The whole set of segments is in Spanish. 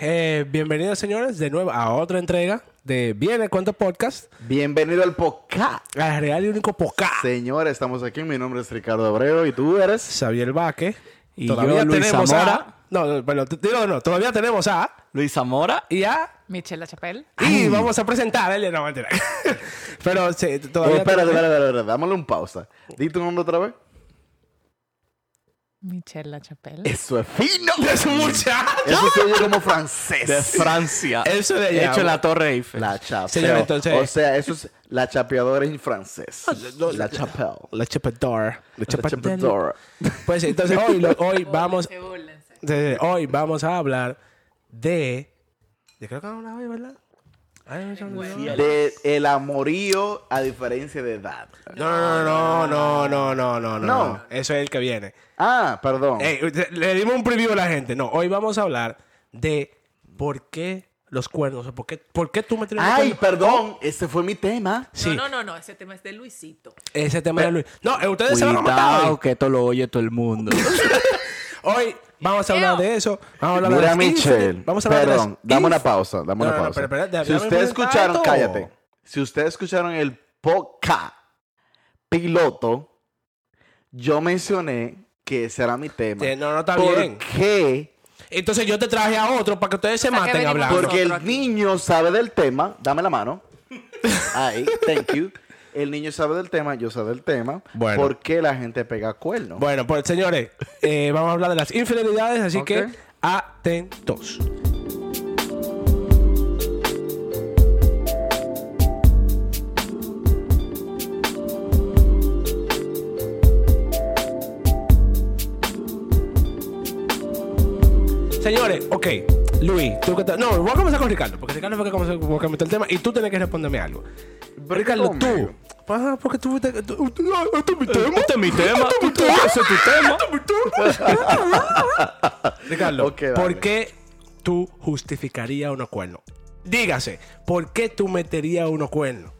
Eh, bienvenidos, señores, de nuevo a otra entrega de Viene Cuento Podcast, Bienvenido al podcast. al real y único podcast. Señores, estamos aquí. Mi nombre es Ricardo Abreu y tú eres. Xavier Vaque. Y yo, Luis Zamora. a... No, no, bueno, t- digo no, todavía tenemos a... Luis Zamora. Y a... Michelle Chapelle. Y vamos a presentar, ¿eh? No, mentira. Pero sí, t- Oh, todavía... tenemos- espérate, espérate, espérate, espérate. Dámosle un pausa. Di tu nombre otra vez. Michelle Chapelle. Eso es fino. ¡Es un muchacho! Eso se oye como De francés. Francia. Eso de allá, Hecho en bueno. la Torre Eiffel. La chapeo. Señor, entonces- O sea, eso es la chapeadora en francés. La chapelle. La chapador. La La chapeadora. Pues sí, entonces hoy, lo- hoy vamos... Se burlense. Sí, sí, Hoy vamos a hablar de. Yo creo que era una vez, ¿verdad? Ay, no, se me olvidó. De el amorío a diferencia de edad. no, no, no, no, no, no, no, no. No. Eso es el que viene. Ah, perdón. Ey, usted- le dimos un preview a la gente. No, hoy vamos a hablar de por qué los cuernos. O por, qué, ¿Por qué tú me tienes los Ay, cuernos. perdón. Ese fue mi tema. Sí, No, no, no, no, ese tema es de Luisito. ese tema de Luis. No, eh, ustedes se van a matar hoy. Cuidado, que esto lo oye todo el mundo. Hoy vamos a hablar Eo. de eso. Vamos a hablar de Mira, las Michelle. infinite- Vamos a hablar de las Perdón, dame una inf- pausa. Dame No, una no, no, pausa. pero, pero, déjame si ustedes presentar escucharon, esto. cállate. Si ustedes escucharon el podcast piloto, yo mencioné que ese era mi tema. Sí, no, no, está ¿Por bien. qué? Entonces yo te traje a otro para que ustedes se sea, que maten venimos hablando. por- Porque el aquí. niño sabe del tema. Dame la mano. Ahí, thank you. El niño sabe del tema, yo sabe del tema. Bueno. ¿Por qué la gente pega cuernos? Bueno, pues señores, eh, vamos a hablar de las infidelidades, así Ok. que atentos. Señores, ok. Luis, tú que estás- No, voy a comenzar con Ricardo, porque Ricardo fue que comenzó fue que metió el tema y tú tenés que responderme algo. Ricardo, tú. conmigo. Ah, porque tú. fuiste- tú- tú- ah, Este es mi tema. Este es mi tema. Este es mi tema. Este Ese es tu tema. Ricardo, Ok, dale. ¿por qué tú justificarías unos cuernos? Dígase, ¿por qué tú meterías unos cuernos?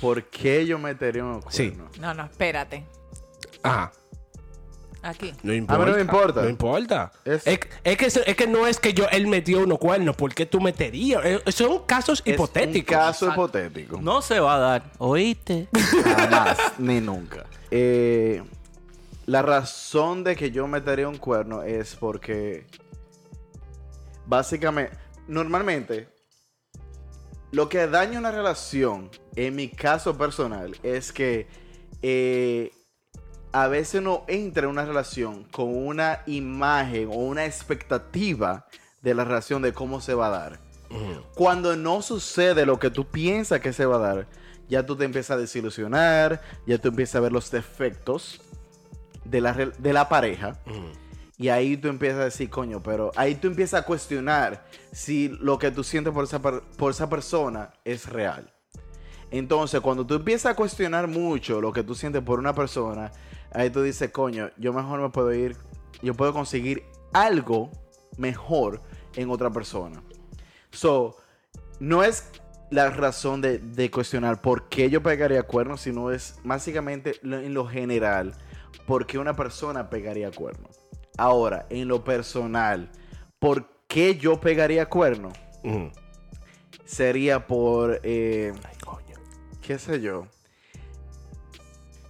¿Por qué yo metería un cuerno? Sí. No, no, espérate. Ajá. Aquí. No importa. A mí Ah, no me importa. No importa. Es, Es- es que, es que no es que yo él metió unos cuernos. ¿Por qué tú meterías? Eh, Son casos Es hipotéticos. Un caso hipotético. No se va a dar. ¿Oíste? Jamás, ni nunca. Eh, la razón de que yo metería un cuerno es porque básicamente, normalmente, lo que daña una relación, en mi caso personal, es que eh, a veces uno entra en una relación con una imagen o una expectativa de la relación de cómo se va a dar. Cuando no sucede lo que tú piensas que se va a dar, ya tú te empiezas a desilusionar, ya tú empiezas a ver los defectos de la, rel- de la pareja. Y ahí tú empiezas a decir, coño, pero ahí tú empiezas a cuestionar si lo que tú sientes por esa, per- por esa persona es real. Entonces, cuando tú empiezas a cuestionar mucho lo que tú sientes por una persona, ahí tú dices, coño, yo mejor me puedo ir, yo puedo conseguir algo mejor en otra persona. So, no es la razón de, de cuestionar por qué yo pegaría cuernos, sino es básicamente lo- en lo general, por qué una persona pegaría cuerno. Ahora, en lo personal, ¿por qué yo pegaría cuerno? Ujú. Sería por, eh, qué sé yo,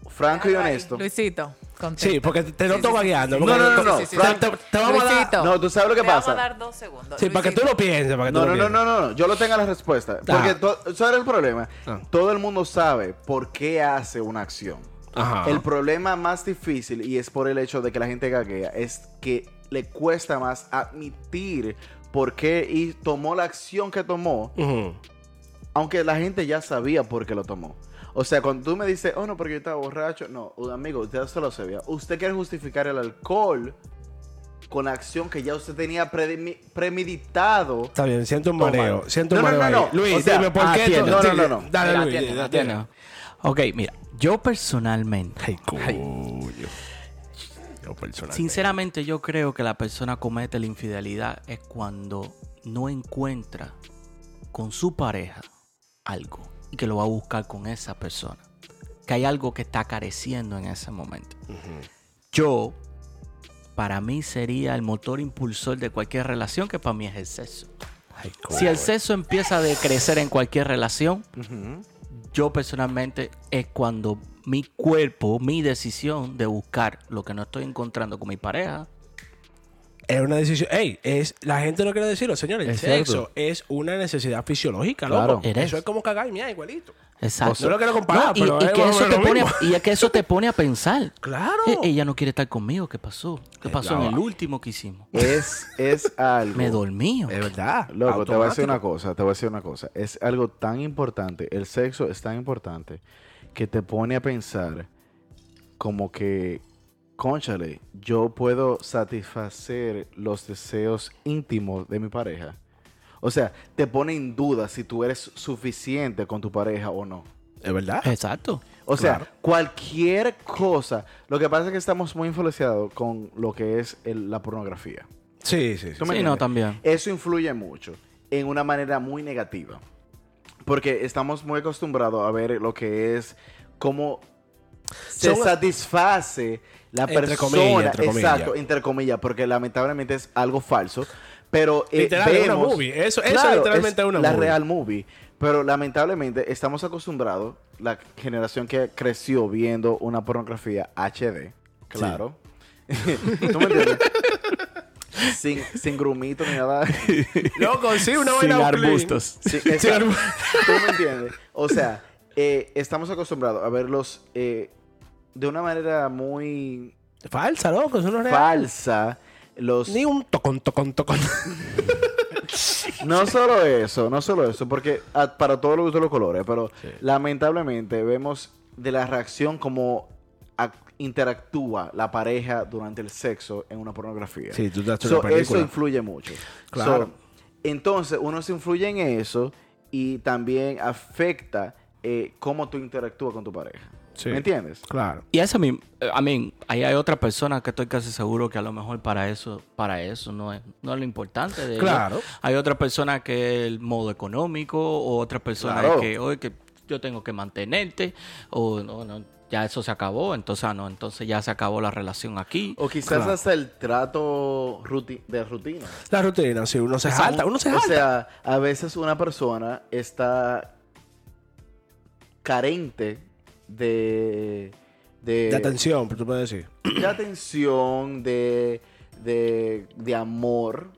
franco y honesto. Luisito, contesta. Sí, porque te, te noto Sí, sí, sí, vagueando. sí, porque- No, no, no, no, Te, te- Frank, te- te vamos a dar- Luisito. No, tú sabes lo que Te vamos pasa. a dar dos segundos. Sí, para que tú Luisito. lo pienses. Para que tú No, lo no, no, pienses. no, no, no. Yo lo tengo la respuesta. Porque Ah. to- ¿sabes el problema? Ah. Todo el mundo sabe por qué hace una acción. Ajá. El problema más difícil, y es por el hecho de que la gente gaguea, es que le cuesta más admitir por qué y tomó la acción que tomó, Ujú. aunque la gente ya sabía por qué lo tomó. O sea, cuando tú me dices, oh no, porque yo estaba borracho, no, amigo, usted se lo sabía. Usted quiere justificar el alcohol con la acción que ya usted tenía predimi- premeditado Está bien, siento un Toma. mareo. Siento un No, no, mareo. no, ahí. no. Luis, O sea, dime por ah, qué. tiene. tú- No, no, sí, no, no. Dale, Mira, Luis. tiene, dale. tiene. Ok, mira. Yo personalmente, Ay, coño. Yo personal. sinceramente, yo creo que la persona comete la infidelidad es cuando no encuentra con su pareja algo y que lo va a buscar con esa persona. Que hay algo que está careciendo en ese momento. Yo para mí sería el motor impulsor de cualquier relación, que para mí es el sexo. Si el sexo empieza a decrecer en cualquier relación, yo personalmente es cuando mi cuerpo, mi decisión de buscar lo que no estoy encontrando con mi pareja, Es una decisión. Ey, es, la gente no quiere decirlo, señores. El Es cierto. sexo es una necesidad fisiológica, Claro. loco. Eres. Eso es como cagar y mía, igualito. exacto. No lo quiero comparar, y, pero y es que más o eso menos te lo pone a, mismo. y es que eso te pone a pensar. Claro. Eh, E- ella no quiere estar conmigo, ¿qué pasó? ¿Qué Es pasó la en el va- último que hicimos? Es, es algo. Me dormí. ¿o Es qué? verdad. Loco, te voy a decir Automático. una cosa, te voy a decir una cosa. Es algo tan importante, el sexo es tan importante que te pone a pensar como que, conchale, yo puedo satisfacer los deseos íntimos de mi pareja. O sea, te pone en duda si tú eres suficiente con tu pareja o no. Es verdad. Eh. Exacto. O sea, Claro. cualquier cosa. Lo que pasa es que estamos muy influenciados con lo que es el- la pornografía. Sí, sí, sí. ¿Tú me Sí, no, entiendes? también. Eso influye mucho en una manera muy negativa. Porque estamos muy acostumbrados a ver lo que es cómo se Son- satisface la Entre persona. comillas, entre comillas. Exacto, entre comillas, porque lamentablemente es algo falso. Pero eh, Literal, es una vemos- movie. Eso- eso literalmente es una la movie. real movie. Pero lamentablemente estamos acostumbrados, la generación que creció viendo una pornografía HD, claro. ¿Tú me entiendes? sin, sin grumito ni nada. Loco, sí, una Sin vaina Oakley. arbustos. Sí, exacto. arma- ¿Tú me entiendes? O sea, eh, estamos acostumbrados a verlos eh, de una manera muy Falsa, loco, eso no es real. falsa. Los, Ni un tocón, tocón, tocón. no solo eso, no solo eso, porque a- para todos los gustos los colores, pero lamentablemente vemos de la reacción como ac- interactúa la pareja durante el sexo en una pornografía. Sí, tú te has hecho So, una eso película. influye mucho. Claro. So, entonces, uno se influye en eso y también afecta eh, cómo tú interactúas con tu pareja. Sí. ¿Me entiendes? Claro. Y esa mi, a mí, eh, ahí hay otra persona que estoy casi seguro que a lo mejor para eso, para eso no es, no es lo importante de ella. Claro. Hay otra persona que el modo económico, o otra persona Claro. que hoy que yo tengo que mantenerte, o no, no, ya eso se acabó, entonces ah, no, entonces ya se acabó la relación aquí. O quizás Claro. hasta el trato ruti- de rutina. La rutina, sí, uno se O sea, salta, uno se O salta. sea, a veces una persona está carente de... De, De atención, pero tú puedes decir. de atención, de, de, de amor.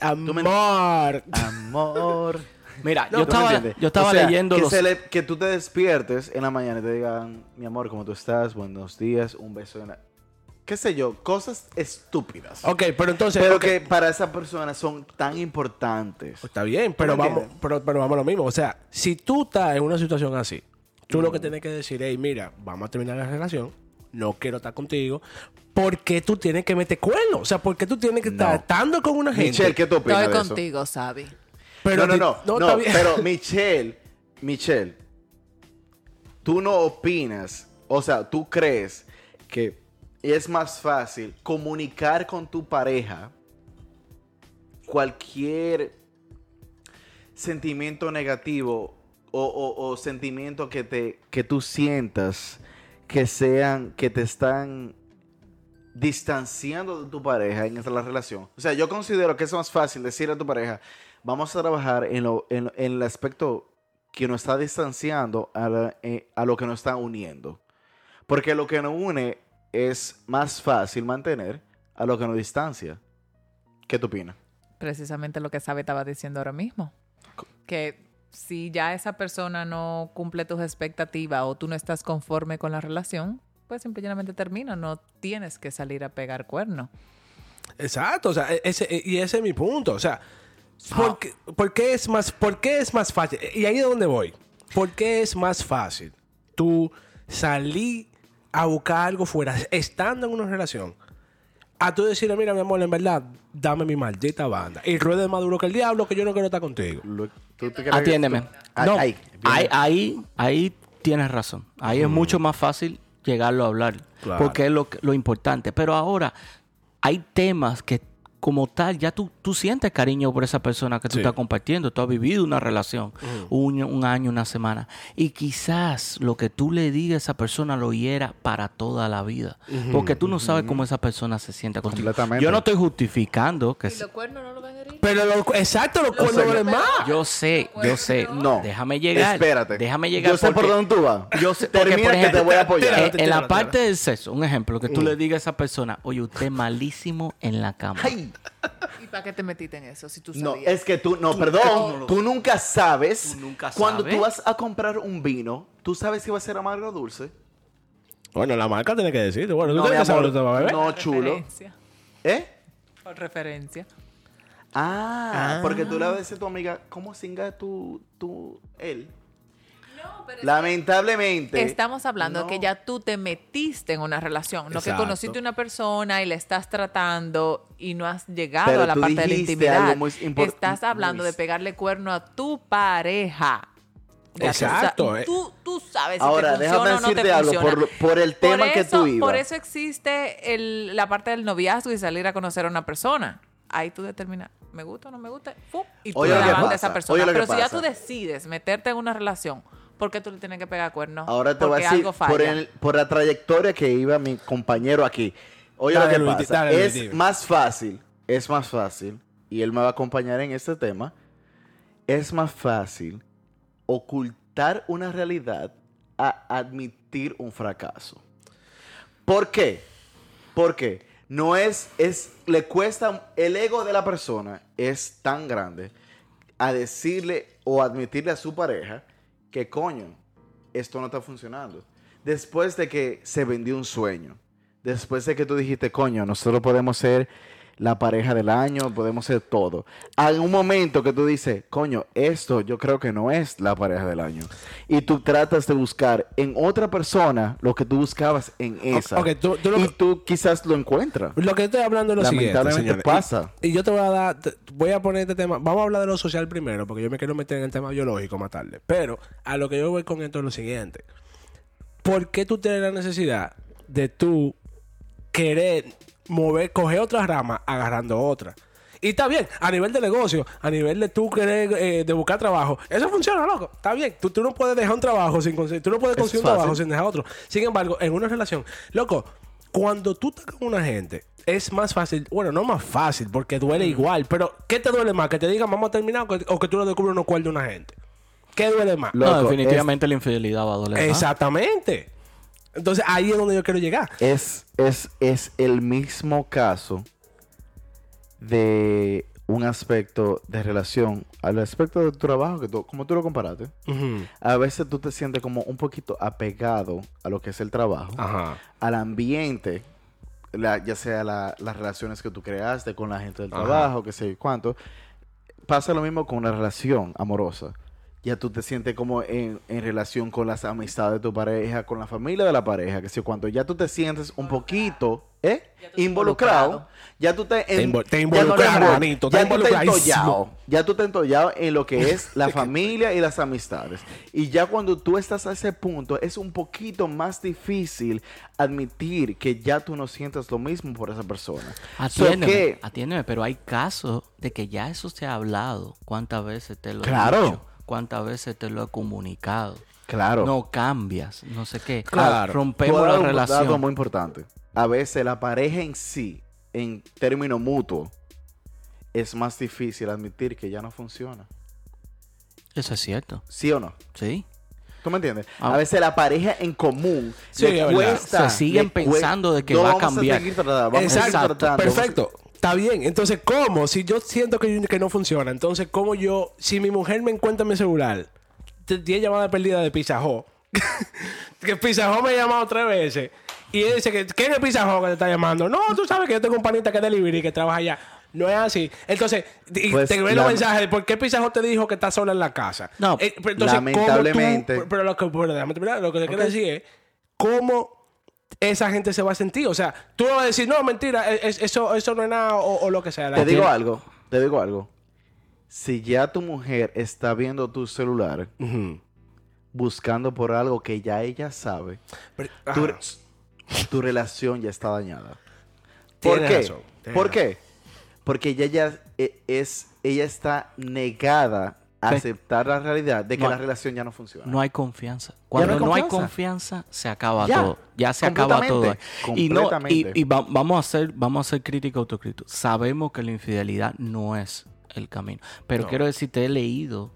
me- Amor. Amor. Mira, No, Ah, yo ¿tú me estaba, entiendes? yo estaba O sea, leyendo que, los... se le- que tú te despiertes en la mañana y te digan, mi amor, ¿cómo tú estás? Buenos días, un beso en la... Qué sé yo, cosas estúpidas. Ok, pero entonces. Pero ok. que para esa persona son tan importantes. Está bien, pero ¿Tú me vamos, entiendes? pero, pero vamos a lo mismo. O sea, si tú estás en una situación así, tú lo que tienes que decir es, mira, vamos a terminar la relación, no quiero estar contigo, porque tú tienes que meter cuerno. O sea, porque tú tienes que estar estando con una gente. Michelle, ¿qué tú opinas Estoy de eso? contigo, Sabi. pero no, di- no, no, no, está bien. pero Michelle, Michelle, tú no opinas, o sea, tú crees que es más fácil comunicar con tu pareja cualquier sentimiento negativo o, o- o sentimiento que te que tú sientas que sean que te están distanciando de tu pareja en esa la relación. O sea, yo considero que es más fácil decirle a tu pareja, vamos a trabajar en, lo- en- en el aspecto que nos está distanciando a, la- eh, a lo que nos está uniendo. Porque lo que nos une es más fácil mantener a lo que nos distancia. ¿Qué tú opinas? Precisamente lo que Sabi estaba diciendo ahora mismo. Que si ya esa persona no cumple tus expectativas o tú no estás conforme con la relación, pues simplemente termina. No tienes que salir a pegar cuerno. Exacto, o sea, e- ese, e- y ese es mi punto. O sea, ¿por, qué, por qué es más, ¿por qué es más fácil? Y ahí es donde voy. ¿Por qué es más fácil tú salir a buscar algo fuera, estando en una relación? A tú decirle, mira, mi amor, en verdad, dame mi maldita banda. Y ruede más duro que el diablo, que yo no quiero estar contigo. Atiéndeme. Ay, No, Ah, ay, ahí, ahí, ahí tienes razón. Ahí Mm. es mucho más fácil llegarlo a hablar. Claro. Porque es lo, que- lo importante. Pero ahora hay temas que como tal, ya tú, tú sientes cariño por esa persona que tú Sí. estás compartiendo. Tú has vivido una relación, Mm. un, un año, una semana. Y quizás lo que tú le digas a esa persona lo hiera para toda la vida. Porque tú no sabes cómo esa persona se siente contigo. Completamente. Yo no estoy justificando que... ¿Y los cuernos no lo van a herir? Pero lo, exacto, los O sea, cuernos valen más. Yo sé, yo sé. No. Déjame llegar. Espérate. Déjame llegar. Yo sé por porque- dónde tú vas. Yo sé, porque, Termina por que ejemplo, eh, te voy a apoyar. tíralo, en- en tíralo, la parte del sexo, un ejemplo, que tú Mm. le digas a esa persona, oye, usted es malísimo en la cama. Ay, ¿Y para qué te metiste en eso si tú no, sabías? es que tú, no, perdón, no lo- tú nunca sabes. Tú nunca Cuando sabes. tú vas a comprar un vino, tú sabes que va a ser amargo o dulce. Bueno, la marca tiene que decirte. Bueno, No, tú tienes mi que saber lo amor, que te va a beber. no chulo. Referencia. ¿Eh? Por referencia. Ah, porque tú le vas a decir a tu amiga, ¿cómo singa tú, tú, él? No, pero Lamentablemente. Estamos hablando no. de que ya tú te metiste en una relación, no que Exacto. conociste una persona y la estás tratando y no has llegado Pero a la tú parte de la dijiste intimidad. algo muy impor- estás hablando muy- de pegarle cuerno a tu pareja. Ya tú sa- Exacto, Tú, eh. tú sabes si Ahora, te déjame funciona o no decirte te algo funciona. por, lo- por el tema que eso- tú ibas. Por eso existe el- la parte del noviazgo y salir a conocer a una persona. Ahí tú determinas, me gusta o no me gusta, fu, y tú Oye la lo que vas pasa, de esa persona. oye lo que Pero si ya pasa. tú decides meterte en una relación, ¿por qué tú le tienes que pegar cuernos? Ahora te Porque voy a decir algo falla. por, el- por la trayectoria que iba mi compañero aquí. Oye, Dale, lo que Luis, pasa dale, Luis, es dime. más fácil, es más fácil, y él me va a acompañar en este tema. Es más fácil ocultar una realidad a admitir un fracaso. ¿Por qué? Porque no es, es, le cuesta, el ego de la persona es tan grande a decirle o admitirle a su pareja que coño, esto no está funcionando. Después de que se vendió un sueño, después de que tú dijiste, coño, nosotros podemos ser la pareja del año, podemos ser todo. Hay un momento que tú dices, coño, esto yo creo que no es la pareja del año. Y tú tratas de buscar en otra persona lo que tú buscabas en esa. ok, tú- tú lo- y tú quizás lo encuentras. Lo que estoy hablando es lo siguiente. Lamentablemente señores. pasa. Y, y yo te voy a dar. te- voy a poner este tema. Vamos a hablar de lo social primero, porque yo me quiero meter en el tema biológico más tarde. Pero a lo que yo voy con esto es lo siguiente. ¿Por qué tú tienes la necesidad de tú querer mover, coger otra rama agarrando otra? Y está bien, a nivel de negocio, a nivel de tú querer, eh, de buscar trabajo, eso funciona, loco. Está bien, tú, tú no puedes dejar un trabajo sin conseguir, tú no puedes Es conseguir un fácil. trabajo sin dejar otro. Sin embargo, en una relación, loco, cuando tú estás con una gente, es más fácil, bueno, no más fácil, porque duele igual, pero ¿qué te duele más? ¿Que te digan vamos a terminar o que, o que tú lo descubres en un cuerpo de una gente? ¿Qué duele más? Loco, no, definitivamente la infidelidad va a doler. más. Exactamente. Entonces ahí es donde yo quiero llegar. Es, es, es el mismo caso de un aspecto de relación al aspecto de tu trabajo, que tú, como tú lo comparaste. Ujú. A veces tú te sientes como un poquito apegado a lo que es el trabajo, Ajá. al ambiente, la- ya sea la- las relaciones que tú creaste con la gente del Ajá. trabajo, que sé yo cuánto. Pasa lo mismo con una relación amorosa. Ya tú te sientes como en, en relación con las amistades de tu pareja, con la familia de la pareja, que sé yo cuánto. Ya tú te sientes un poquito, ¿eh? Involucrado. Ya tú te... en- invo- te ya involucras, tú te invol- hermanito, te Ya tú te involucradísimo. entollado. Ya tú te entollado en lo que es la familia y las amistades. Y ya cuando tú estás a ese punto, es un poquito más difícil admitir que ya tú no sientes lo mismo por esa persona. So Atiéndeme, que- atiéndeme, pero hay casos de que ya eso se ha hablado. ¿Cuántas veces te lo he Claro. dicho? ¿Cuántas veces te lo he comunicado? claro. No cambias, no sé qué. Claro. Rompemos Tú has la dado un dato relación. muy importante. A veces la pareja en sí, en término mutuo, es más difícil admitir que ya no funciona. Eso es cierto, ¿Sí o no? sí. ¿Tú me entiendes? Ah. A veces la pareja en común Sí, le es verdad. cuesta. Se siguen le cue- pensando de que No, va a vamos cambiar. seguir tratando, vamos a seguir Exacto, tratando. perfecto. Está bien. Entonces, ¿cómo? Si yo siento que, que no funciona, entonces, ¿cómo yo, si mi mujer me encuentra en mi celular, te- 10 llamadas perdidas de Pizajó, que Pizajó me ha llamado tres veces, y él dice que, ¿quién es Pizajó que te está llamando? No, tú sabes que yo tengo un panita que es delivery que trabaja allá. No es así. Entonces, y Pues, te ven los la- mensajes de por qué Pizajó te dijo que está sola en la casa. Eh, No, pero entonces, ¿cómo tú- lamentablemente- pero lo que, bueno, déjame terminar. Lo que te quiero decir es, ¿cómo esa gente se va a sentir. O sea, tú vas a decir, no, mentira, e- es- eso, eso no es nada o, o lo que sea. La Te digo gente- algo, te digo algo. Si ya tu mujer está viendo tu celular Ujú. buscando por algo que ya ella sabe, Pero- tu, ajá. tu relación ya está dañada. ¿Por Tienes qué? razón, tienes ¿Por qué? Porque ya ella eh, es, ella está negada a Sí. aceptar la realidad de que No. la relación ya no funciona. No hay confianza. Cuando no hay confianza, se acaba Ya. todo. Ya se acaba todo. Completamente. Y, no, y, Completamente. y va- vamos, a ser, vamos a ser crítico autocrítico. Sabemos que la infidelidad no es el camino. Pero No. quiero decirte, he leído,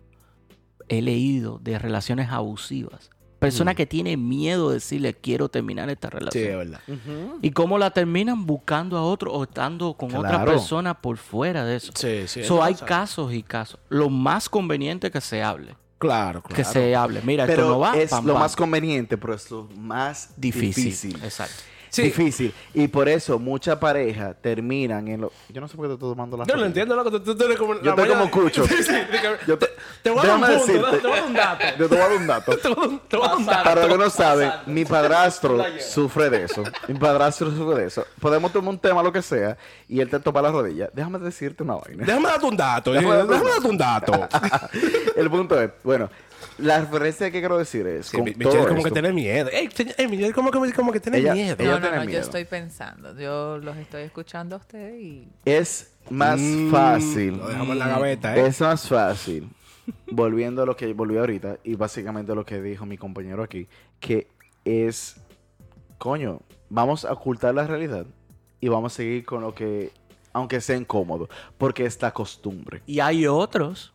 he leído de relaciones abusivas. Personas que tienen miedo de decirle, quiero terminar esta Sí, relación. es verdad. Ujú. ¿Y cómo la terminan? Buscando a otro o estando con otra Claro. persona por fuera de eso. Sí, sí. So, eso hay pasa. casos y casos. Lo más conveniente que se hable. Claro, claro. Que se hable. Mira, Pero esto no va. es pam, lo pam. más conveniente, pero es lo más difícil. Eh, difícil. Exacto. Sí. Difícil. Y por eso muchas parejas terminan en lo... Yo no sé por qué te estoy tomando la Yo lo entiendo, loco. Tú, tú- tú eres como. la Yo estoy mañana- como Cucho. Sí, sí, de que- Yo te- te, te voy a dar un déjame punto, decirte. ¿no? te voy a dar un dato. Yo te voy a dar un dato. Te voy a dar un- te voy a dar un dato. Para los que no saben, mi padrastro sufre de eso. Mi padrastro sufre de eso. Podemos tomar un tema, lo que sea, y él te topa la rodilla. Déjame decirte una vaina. Déjame darte un dato. Déjame darte un Déjame darte un dato. El punto es, bueno, la referencia que quiero decir es, Sí, con mi- todo Michelle como que esto, tiene miedo. Ey, señor- ey, Michelle como que, como que tiene Ella- miedo. ella- no, no, tiene no, yo miedo. estoy pensando. Yo los estoy escuchando a ustedes y Eh, es más Mm, fácil. Lo dejamos en la gaveta, ¿eh? Es más fácil, volviendo a lo que volví ahorita, y básicamente lo que dijo mi compañero aquí, que es, coño, vamos a ocultar la realidad y vamos a seguir con lo que, aunque sea incómodo, porque es la costumbre. Y hay otros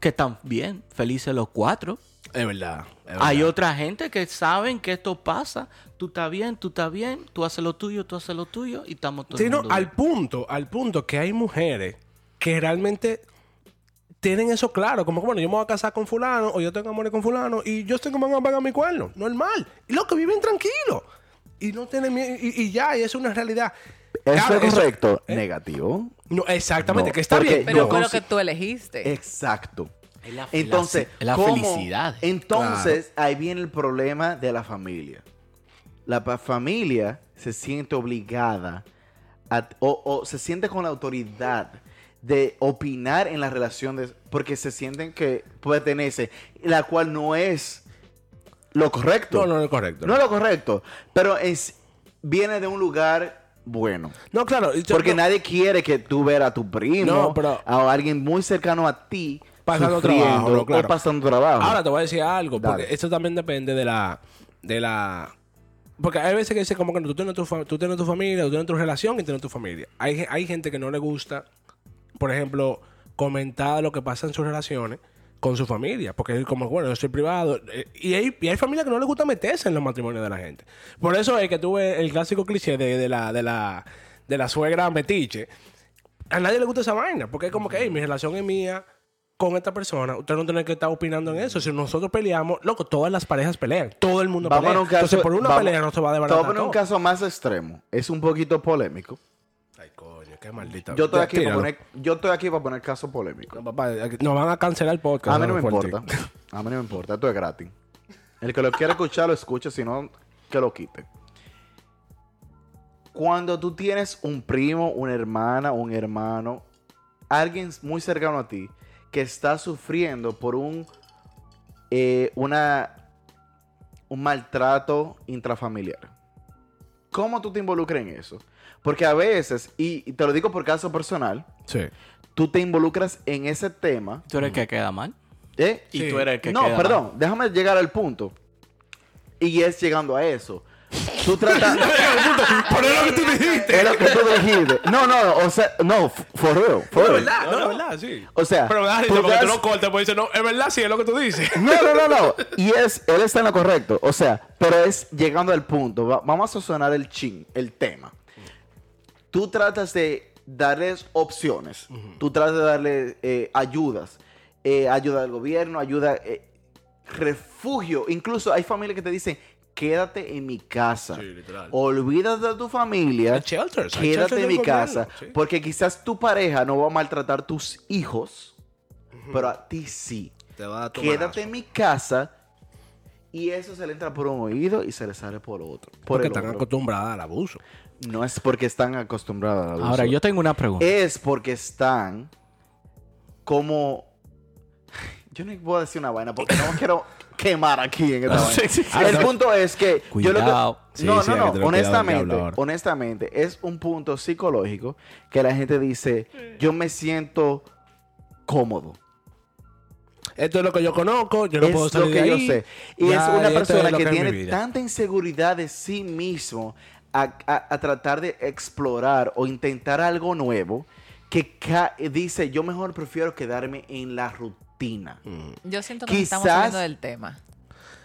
que están bien, felices los cuatro. Es verdad. es verdad. Hay otra gente que saben que esto pasa. Tú estás bien, tú estás bien, tú haces lo tuyo, tú haces lo tuyo y estamos todos. Sí, no, al punto, al punto que hay mujeres que realmente tienen eso claro. Como que, bueno, yo me voy a casar con fulano o yo tengo amores con fulano y yo estoy como van a pagar mi cuerno. Normal. Y los que viven tranquilos. Y no tienen miedo. Y, y ya, y eso es una realidad. ¿Eso Claro, es correcto? ¿eh? Negativo. No, exactamente, No, Eh, que está porque bien. Pero Yo fue lo consi- que tú elegiste. Exacto. Es la- Entonces, la- la ¿cómo? felicidad. Entonces, ahí viene el problema de la familia. La pa- familia se siente obligada a- o, o se siente con la autoridad de opinar en la relación de- porque se sienten que pertenece, la cual no es lo correcto. No, no, no es correcto. No No, es lo correcto, pero es viene de un lugar bueno. No, claro. yo- Porque no, nadie quiere que tú veas a tu primo No, pero- a alguien muy cercano a ti Pasando sufriendo trabajo, no, claro. o pasando trabajo. Ahora te voy a decir algo, porque Dale. esto también depende de la. de la. Porque hay veces que dice como que no, tú tienes tu, fa- tú tienes tu familia, tú tienes tu relación y tienes tu familia. Hay, ge- hay gente que no le gusta, por ejemplo, comentar lo que pasa en sus relaciones con su familia. Porque es como, bueno, yo soy privado. eh, Y hay, y hay familias que no les gusta meterse en los matrimonios de la gente. Por eso es que tuve el clásico cliché de, de la, de, la, de la suegra metiche. A nadie le gusta esa vaina, porque es como que, hey, mi relación es mía con esta persona. Usted no tiene que estar opinando en eso. Si nosotros peleamos, loco, todas las parejas pelean. Todo el mundo Vamos a pelea. un caso, Entonces, por una vamos- pelea no se va a te voy a desbaratar poner todo. un caso más extremo. Es un poquito polémico. Ay, coño, qué maldita. Yo estoy aquí para Tíralo. poner, yo estoy aquí para poner caso polémico. No, papá, aquí- nos van a cancelar el podcast. A mí no me fuerte. importa. A mí no me importa. Esto es gratis. El que lo quiera escuchar, lo escuche. Si no, que lo quite. Cuando tú tienes un primo, una hermana, un hermano, alguien muy cercano a ti que está sufriendo por un, eh, una, un maltrato intrafamiliar. ¿Cómo tú te involucras en eso? Porque a veces, y y te lo digo por caso personal, Sí. tú te involucras en ese tema Tú eres el que queda mal. ¿Eh? Y Sí. tú eres el que no, queda perdón, déjame llegar al punto. Y es llegando a eso. Tú tratas. Pero es lo que tú dijiste. es lo que tú dijiste. No, no, no, o sea, no, f- for real, for Es real. verdad, no, es verdad, sí. O sea, Pero me da risa tú porque tú Ah. das- lo cortas, pues dices, no, es verdad, sí, es lo que tú dices. No, no, no, no. Y es, él está en lo correcto. O sea, pero es llegando al punto. Va- vamos a sonar el chin, el tema. Tú tratas de darles opciones. Tú tratas de darles eh, ayudas. Eh, ayuda del gobierno, ayuda. eh, refugio. Incluso hay familias que te dicen: quédate en mi casa. literal. Olvídate de tu familia. Hay shelters, hay shelters Quédate en del mi gobierno, casa. sí. Porque quizás tu pareja no va a maltratar tus hijos, pero a ti sí Te va a quédate en mi casa y eso se le entra por un oído y se le sale por otro. Por Porque el están otro. acostumbradas al abuso. No es porque están acostumbradas al Ahora, abuso. yo tengo una pregunta. Es porque están como... Yo no voy a decir una vaina porque no quiero... quemar aquí en esta vaina. Sí, sí, sí. El punto es que yo lo Cuidado. que... Sí, no, sí, hay que tener no, no. cuidado del Honestamente, diablo ahora. honestamente, es un punto psicológico que la gente dice, yo me siento cómodo. Esto es lo que yo conozco, yo no es puedo salir lo que de yo ahí. sé. Y Ya, es una esto persona lo que, es mi tiene vida. tanta inseguridad de sí mismo a, a- a tratar de explorar o intentar algo nuevo que ca- dice, yo mejor prefiero quedarme en la rutina. Yo siento que nos estamos Quizás- saliendo del tema.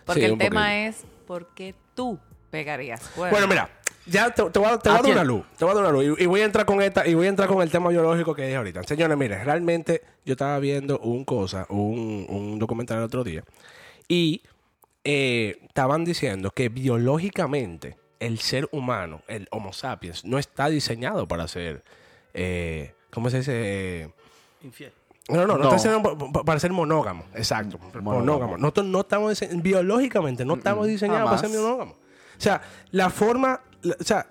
Porque Sí, el un tema es ¿por qué tú pegarías cuernos? Bueno, mira, ya te, te voy a, te voy a dar Así es. una luz. Te voy a dar una luz. Y, y voy a entrar con esta, y voy a entrar con el tema biológico que dije ahorita. Señores, miren, realmente yo estaba viendo un cosa, un, un documental el otro día, y eh, estaban diciendo que biológicamente el ser humano, el Homo sapiens, no está diseñado para ser. eh, ¿Cómo se dice? Eh, Infiel. No, no, no, No. está siendo pa- pa- para ser monógamo. Exacto. Monógamo. Nosotros no estamos dise- biológicamente, no estamos diseñados para ser jamás. monógamos. O sea, la forma, la- o sea,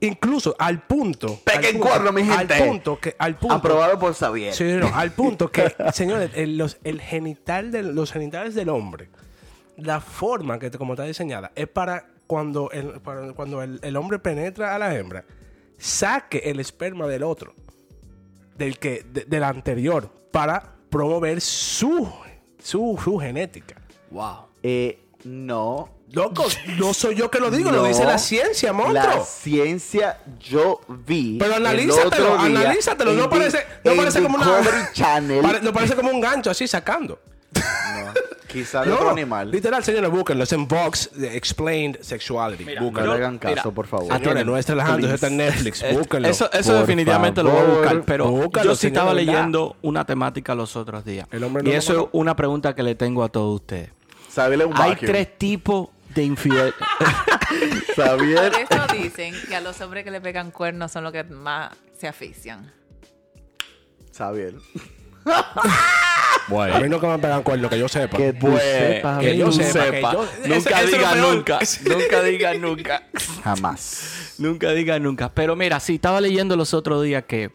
incluso al punto. Peguen al punto- cuerno, mi gente. Al punto que, al punto. Aprobado por Xavier. Sí, no, al punto que, señores, el, los, el genital del- los genitales del hombre, la forma que te- como está diseñada es para cuando el, para cuando el, el hombre penetra a la hembra, saque el esperma del otro, del que de- del anterior, para promover su su, su genética. Wow. Eh, no. Loco, no soy yo que lo digo, lo No. dice la ciencia, La monstruo. ciencia yo vi. Pero el analízatelo, otro día analízatelo. No en parece, Di- no en parece como Discovery una. Channel. Pare- no parece como un gancho así sacando. No, quizá de No, otro animal. Literal, señores, búsquenlo. Es en Vox eh, Explained Sexuality. No búsquenlo. le hagan caso, por favor. Señores, no es relajando, eso está en Netflix. eh, Búsquenlo. Eso, eso por definitivamente lo voy a favor. buscar, pero Búscalo, yo sí señor, estaba ¿verdad? leyendo una temática los otros días. El hombre no y lo eso mató. es una pregunta que le tengo a todos ustedes. Xavier es un Hay vacuum. tres tipos de infiel. Xavier Por eso dicen que a los hombres que le pegan cuernos son los que más se asfixian. Xavier. A mí nunca me pegan cuerno, que yo sepa. Que tú sepas, que yo tú sepa, que yo- Ese- ese es lo peor. Nunca diga nunca. Jamás. Nunca diga nunca. Pero mira, sí, estaba leyendo los otros días que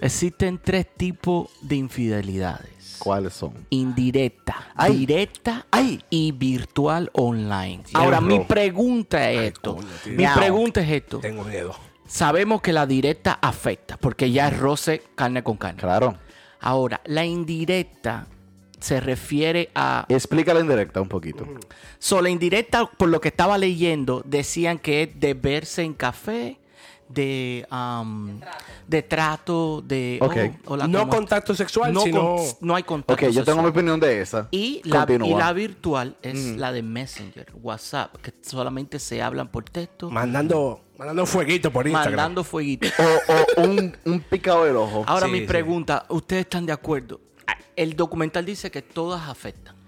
existen tres tipos de infidelidades. ¿Cuáles son? Indirecta, directa y virtual online. Diablo. Ahora, mi pregunta es esto. coño, tío. Mi Miau. pregunta es esto. Tengo miedo. Sabemos que la directa afecta, porque ya es roce carne con carne. Claro. Ahora, la indirecta se refiere a... Explícala en directa un poquito. So, la indirecta, por lo que estaba leyendo, decían que es de verse en café, de, am, de trato, de... Ok. oh, hola, no ¿cómo contacto sexual, no, sino. con- no hay contacto. Ok, yo tengo mi sexual. opinión de esa. Y la, y Continúa. la virtual es Mm. la de Messenger, WhatsApp, que solamente se hablan por texto, Mandando, mandando fueguito por Instagram. mandando fueguito. O, o un, un picado del ojo. Ahora Sí, mi sí. pregunta, ¿ustedes están de acuerdo? Ah, El documental dice que todas afectan.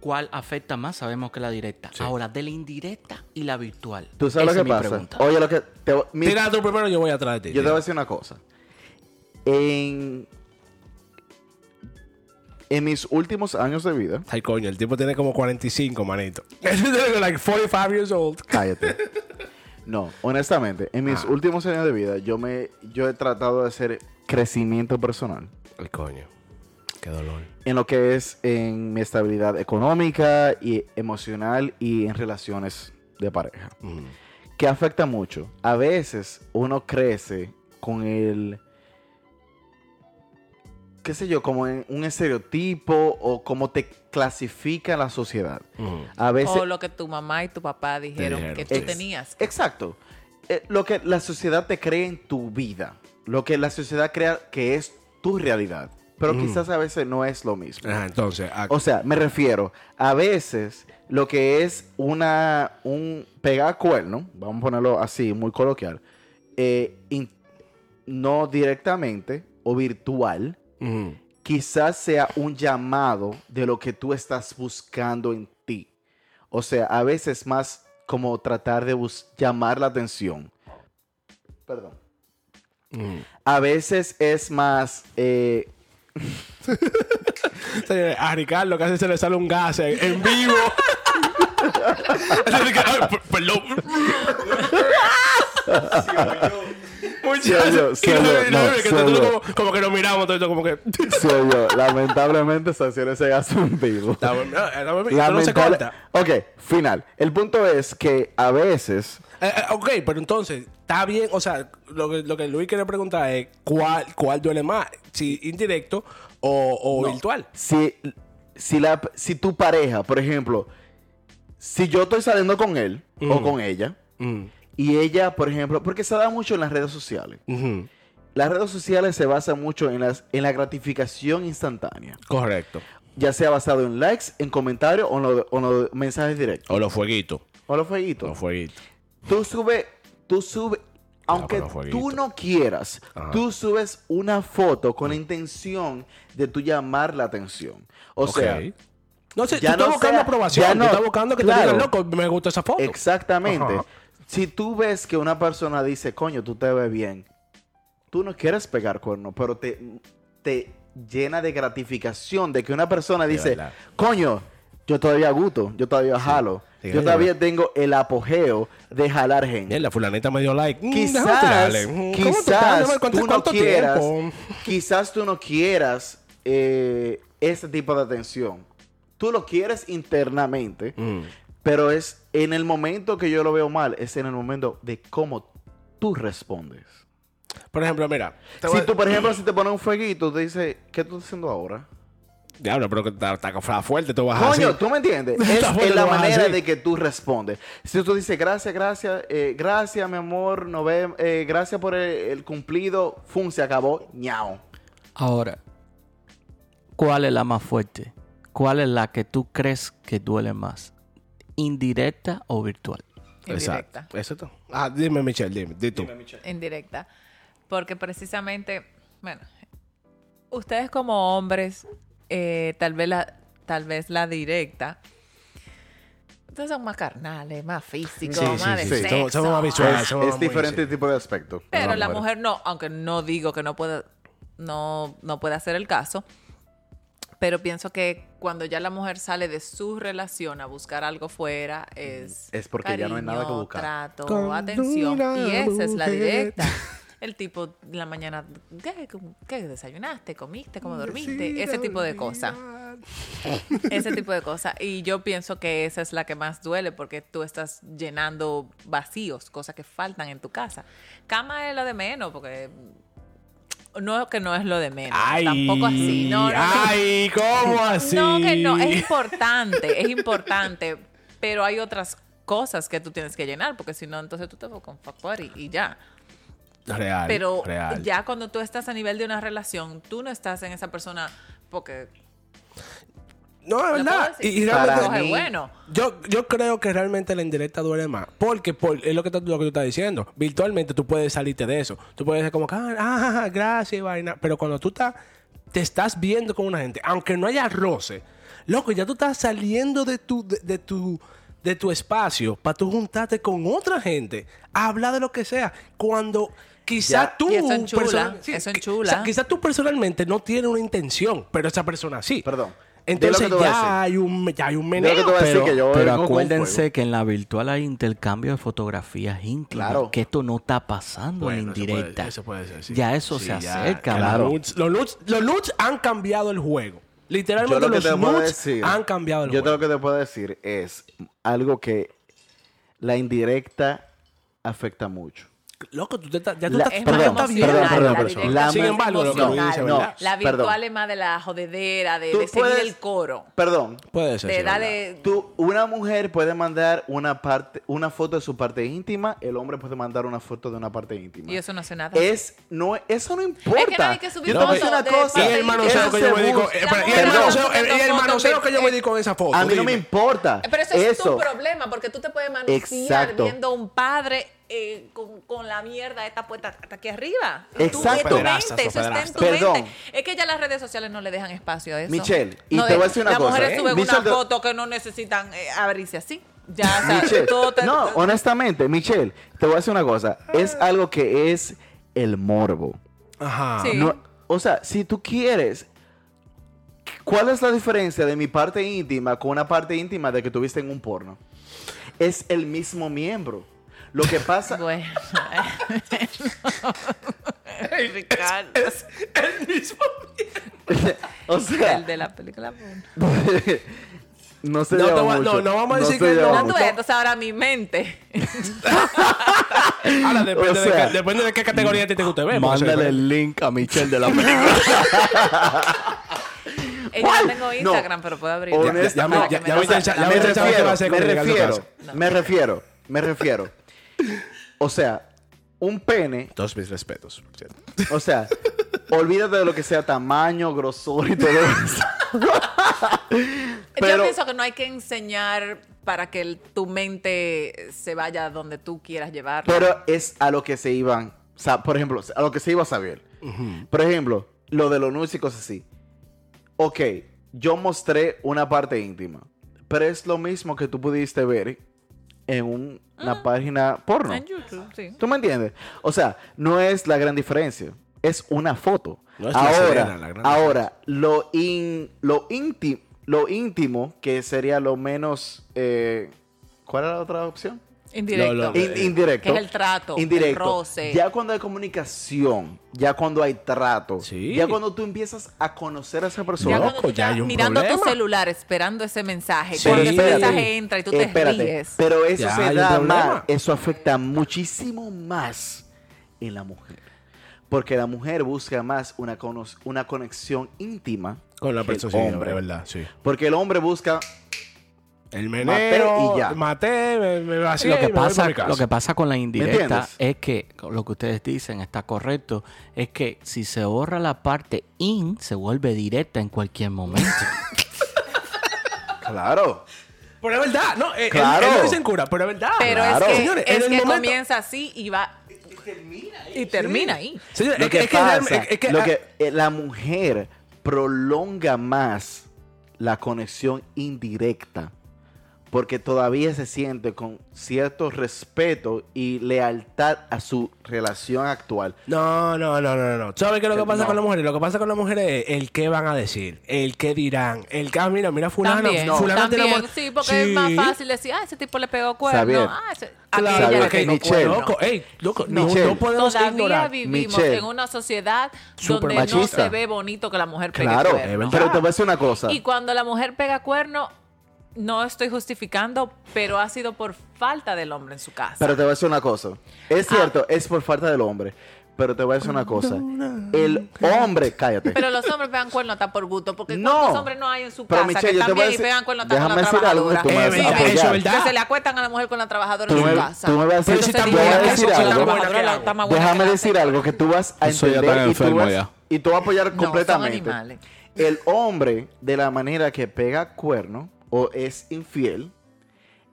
¿Cuál afecta más? Sabemos que la directa. Ahora, de la indirecta y la virtual. ¿Tú sabes Esa lo es que mi pasa? pregunta. Oye, lo que... te- mi- Tira tú primero, yo voy atrás de ti. yo te voy a decir una cosa. En... En mis últimos años de vida... Ay, coño, el tipo tiene como 45, manito. like 45 years old. Cállate. No, honestamente, en mis últimos años de vida, yo me, yo he tratado de hacer crecimiento personal Ay, coño. Qué dolor. en lo que es en mi estabilidad económica y emocional y en relaciones de pareja, Mm. que afecta mucho. A veces uno crece con el, qué sé yo, como en un estereotipo o como te clasifica la sociedad. Mm. A veces O lo que tu mamá y tu papá dijeron dijeron, que tú sí. tenías. Exacto. Eh, lo que la sociedad te cree en tu vida. Lo que la sociedad crea que es tu realidad. Pero quizás a veces no es lo mismo. Ajá, entonces. ah, O sea, me refiero, a veces lo que es una un pegar cuerno, vamos a ponerlo así, muy coloquial, eh, in- no directamente o virtual, mm. quizás sea un llamado de lo que tú estás buscando en ti. O sea, a veces más como tratar de bus- llamar la atención. Perdón. Mm. A veces es más... eh, Señores, a Ricardo casi se le sale un gas en, en vivo. Así que, ay, per- perdón. yo, Y soy nosotros- yo, y nosotros no, que soy nosotros yo. como- Como que nos miramos todo esto, como que. Soy yo. Lamentablemente, sanciones se gastan un vivo. Está bueno, está bueno, y esto no se Lamentable. corta. ok, final. El punto es que a veces Eh, eh, ok, pero entonces, está bien, o sea, lo que, lo que Luis quiere preguntar es cuál, cuál duele más, si indirecto o, o virtual. si, si, la, si tu pareja, por ejemplo, si yo estoy saliendo con él o con ella, Mm, y ella, por ejemplo, porque se da mucho en las redes sociales. Las redes sociales se basan mucho en, las, en la gratificación instantánea, Correcto. ya sea basado en likes, en comentarios o en los o en los mensajes directos O los fueguitos. o los fueguitos. fueguitos. Tú subes, tú subes, aunque Ah, pero fueguito. tú no quieras, Ajá. tú subes una foto con la intención de tú llamar la atención. O sea, no sé, ya tú estás no buscando sea- aprobación. ya tú no, estás buscando que te claro. digan, loco, me gusta esa foto. exactamente. Ajá. Si tú ves que una persona dice, coño, tú te ves bien, tú no quieres pegar cuerno, pero te, te llena de gratificación de que una persona dice, verdad. coño, yo todavía gusto, yo todavía jalo, Sí, yo sí, todavía tengo el apogeo de jalar gente. la fulanita me dio like. Mm, déjame quizás, tirarle. Mm, ¿cómo tú estás? quizás Déjame tú, cuánto- no cuánto quieras, tiempo. quizás tú no quieras eh, ese tipo de atención. Tú lo quieres internamente, Mm. pero es en el momento que yo lo veo mal, es en el momento de cómo tú respondes. Por ejemplo, mira. te voy Si a- tú, por ejemplo, si te pones un fueguito, te dice, ¿qué tú estás haciendo ahora? Diablo, pero que está, está fuerte, tú vas Coño, así. tú me entiendes. Está Es fuerte, en la lo Ah, vas a manera hacer. de que tú respondes. Si tú dices gracias, gracias, eh, gracias, mi amor, no ve, eh, gracias por el, el cumplido, fun, se acabó, ñao. Ahora, ¿cuál es la más fuerte? ¿Cuál es la que tú crees que duele más? ¿Indirecta o virtual? Indirecta. Exacto. Exacto. Ah, dime, Michelle, dime. Di tú. indirecta. Porque precisamente, bueno, ustedes como hombres, eh, tal vez la, tal vez la directa. Ustedes son más carnales, más físicos, más de sexo. Somos, somos más visuales. Es, somos es más muy diferente así. tipo de aspecto. Pero la mujer. mujer no, aunque no digo que no pueda, no, no pueda ser el caso. Pero pienso que cuando ya la mujer sale de su relación a buscar algo fuera, es. Es porque ya no hay nada que cariño, buscar. Trato, Cuando atención. una Y esa es la mujer- directa. El tipo, en la mañana, ¿qué, qué desayunaste? ¿Comiste? ¿Cómo dormiste? Ese tipo de cosas. Ese tipo de cosas. Y yo pienso que esa es la que más duele porque tú estás llenando vacíos, cosas que faltan en tu casa. Cama es lo de menos porque... No, que no es lo de menos. Ay, Tampoco así. No, no, no. ay, ¿cómo así? No, que no. Es importante, es importante. Pero hay otras cosas que tú tienes que llenar porque si no, entonces tú te vas con fuck buddy y ya. Real, Pero real. ya cuando tú estás a nivel de una relación, tú no estás en esa persona porque No, es ¿Lo verdad. puedo Y, decir? y Para realmente- mí- Bueno. Yo, yo creo que realmente la indirecta duele más. Porque por, es lo que, tú- lo que tú estás diciendo. Virtualmente tú puedes salirte de eso. Tú puedes decir como, que, ah, ah, ah, gracias, y vaina. Pero cuando tú estás, te estás viendo con una gente, aunque no haya roce, loco, ya tú estás saliendo de tu, de, de tu, de tu espacio para tú juntarte con otra gente. Habla de lo que sea. Cuando quizás Ya. tú... Y eso enchula, persona- eso qui- enchula. o sea, quizás tú personalmente no tienes una intención, pero esa persona sí. Perdón. Entonces Di lo que te voy a ya decir. hay un, ya hay un meneo. Di lo que te voy a decir Pero, que yo pero vengo con acuérdense fuego. que en la virtual hay intercambio de fotografías íntimas. Claro. Que esto no está pasando en Bueno, la eso puede- indirecta. eso puede ser, sí. Ya eso Sí, se ya, acerca. que bro. Los nudes, los nudes- los nudes han cambiado el juego. Yo Literalmente lo que te los puedo nudes decir. han cambiado el Yo te- juego. lo que te puedo decir es algo que la indirecta afecta mucho. Loco, tú te estás- ya tú La- estás, es tú perdón, más te estás viendo emocional, perdón, a la perdón, la persona. perdón. directa La- es Sin más embargo, lo que Luis dice, emocional. ¿verdad? la Perdón. virtual es más de la jodedera, de, Tú de seguir puedes- el coro, Perdón. Puede ser. de sí, ¿verdad? darle... Tú, una mujer puede mandar una parte, una foto de su parte íntima, el hombre puede mandar una foto de una parte íntima. Y eso no hace nada. es, no, eso no importa. Es que no hay que subir yo te voy a decir foto una de cosa. parte Y el manoseo Eso que se yo me di con- busca. eh, espera, y el Perdón. manoseo- el- y el Foto, manoseo que yo me di con esa foto. A mí no me dime. importa. Eh, Pero eso, es tu Eso. problema, porque tú te puedes manosear Exacto. viendo a un padre eh, con, con la mierda esta puesta hasta aquí arriba. Y Tú, Exacto. en tu Pederastas o mente, eso está en tu pederastas. Perdón. mente. Es que ya las redes sociales no le dejan espacio a eso. Michelle, y No, te de- voy a decir una cosa, Las mujeres ¿eh? suben Michelle, te- una foto que no necesitan eh, abrirse así. Ya, o sea, Michelle, todo Ah. te- no, honestamente, Michelle, te voy a decir una cosa. Es algo que es el morbo. Ajá. Sí. No, o sea, si tú quieres, ¿cuál es la diferencia de mi parte íntima con una parte íntima de que tuviste en un porno? Es el mismo miembro. Lo que pasa. Bueno. Ricardo. o El sea, de la película. no No te se lleva va- no, mucho. no vamos a decir se que lleva no. No, mucho. tú, entonces ahora mi mente. Ahora, depende, O sea, de, qué- depende de qué categoría a ti te guste ver. porque eso es Mándale diferente. el link a Michelle de la película. Eh, yo no tengo No. Instagram, pero puedo abrir. Honest- Ya- ya me- Para que ya- me ya lo viste el saque. chat- ya viste el chat. ¿Sabes qué va a hacer me cuando llegue a su refiero, casa? me refiero, me refiero. O sea, un pene, Todos mis respetos, por cierto. o sea, olvídate de lo que sea tamaño, grosor y todo eso. Yo Pero- pienso que no hay que enseñar para que el- tu mente se vaya donde tú quieras llevarla. Pero es a lo que se iban, o sea, por ejemplo, a lo que se iba Sabiel. Por ejemplo, lo de los nudes y cosas así. Ok, yo mostré una parte íntima, pero es lo mismo que tú pudiste ver en un- una página porno. En YouTube, sí. ¿Tú me entiendes? O sea, no es la gran diferencia. Es una foto. No es la ahora, escena, la gran ahora lo, in- lo, íntimo, lo íntimo, que sería lo menos... eh, ¿Cuál era la otra opción? Indirecto. Lo- lo- In- indirecto. Que es el trato, el roce. Ya cuando hay comunicación, ya cuando hay trato, Sí. ya cuando tú empiezas a conocer a esa persona. Ya Loco, cuando tú ya estás hay un mirando tu problema. celular, esperando ese mensaje, Sí, Pero cuando ese espérate, mensaje entra y tú te espérate, ríes. Pero eso Ya se hay un da problema. más, eso afecta muchísimo más en la mujer. Porque la mujer busca más una, cono- una conexión íntima Con la que el persona, sí, hombre. de verdad, sí. Porque el hombre busca. El Maté meneo, y ya. maté, me, me vacié lo, y que me voy pasa, pa' mi casa. lo que pasa con la indirecta entiendes? es que lo que ustedes dicen está correcto. Es que si se borra la parte in, se vuelve directa en cualquier momento. Claro. Pero es verdad, no, eh, él- Claro. él, lo dice en cura, pero es verdad. Pero Claro. es que, Señores, en es el que momento- comienza así y va. Y termina ahí. Y termina ahí. Señor, Lo es que es pasa, es- es que- lo que, eh, la mujer prolonga más la conexión indirecta porque todavía se siente con cierto respeto y lealtad a su relación actual. No, no, no, no, no. ¿Sabes qué es lo que pasa No. con las mujeres? Lo que pasa con las mujeres es el qué van a decir, el qué dirán, el que, ah, mira, mira, fulano, También, fulano tiene también, amor. sí, porque es más fácil decir, ah, ese tipo le pegó Sabiel. cuerno, ah, ese, aquella Sabiel, le pegó Michelle. cuerno. Loco, ey, loco, no, Michelle. no podemos Todavía ignorar. vivimos Michelle. en una sociedad Super donde no machista. se ve bonito que la mujer pegue Claro, cuerno. pero te voy a decir una cosa. Y cuando la mujer pega cuerno, no estoy justificando, pero ha sido por falta del hombre en su casa. Pero te voy a decir una cosa. Es Ah. cierto, es por falta del hombre. Pero te voy a decir una cosa. El hombre, cállate. Pero los hombres pegan cuerno hasta por gusto, porque No. ¿cuántos hombres no hay en su Pero, casa Michelle, que yo te voy a también y decir- pegan cuerno hasta con déjame la decir algo que trabajadora? tú me vas a Eh, apoyar. eso es verdad. Que se le acuestan a la mujer con la trabajadora Tú en me- su casa. tú me vas a Pero decir- se yo diría voy a que decir la algo. trabajadora la- está más buena que Déjame la decir señora. algo que tú vas a Eso ya entender está y, enfermo tú vas, ya. y tú vas a apoyar No, son completamente. animales. El hombre, de la manera que pega cuerno o es infiel,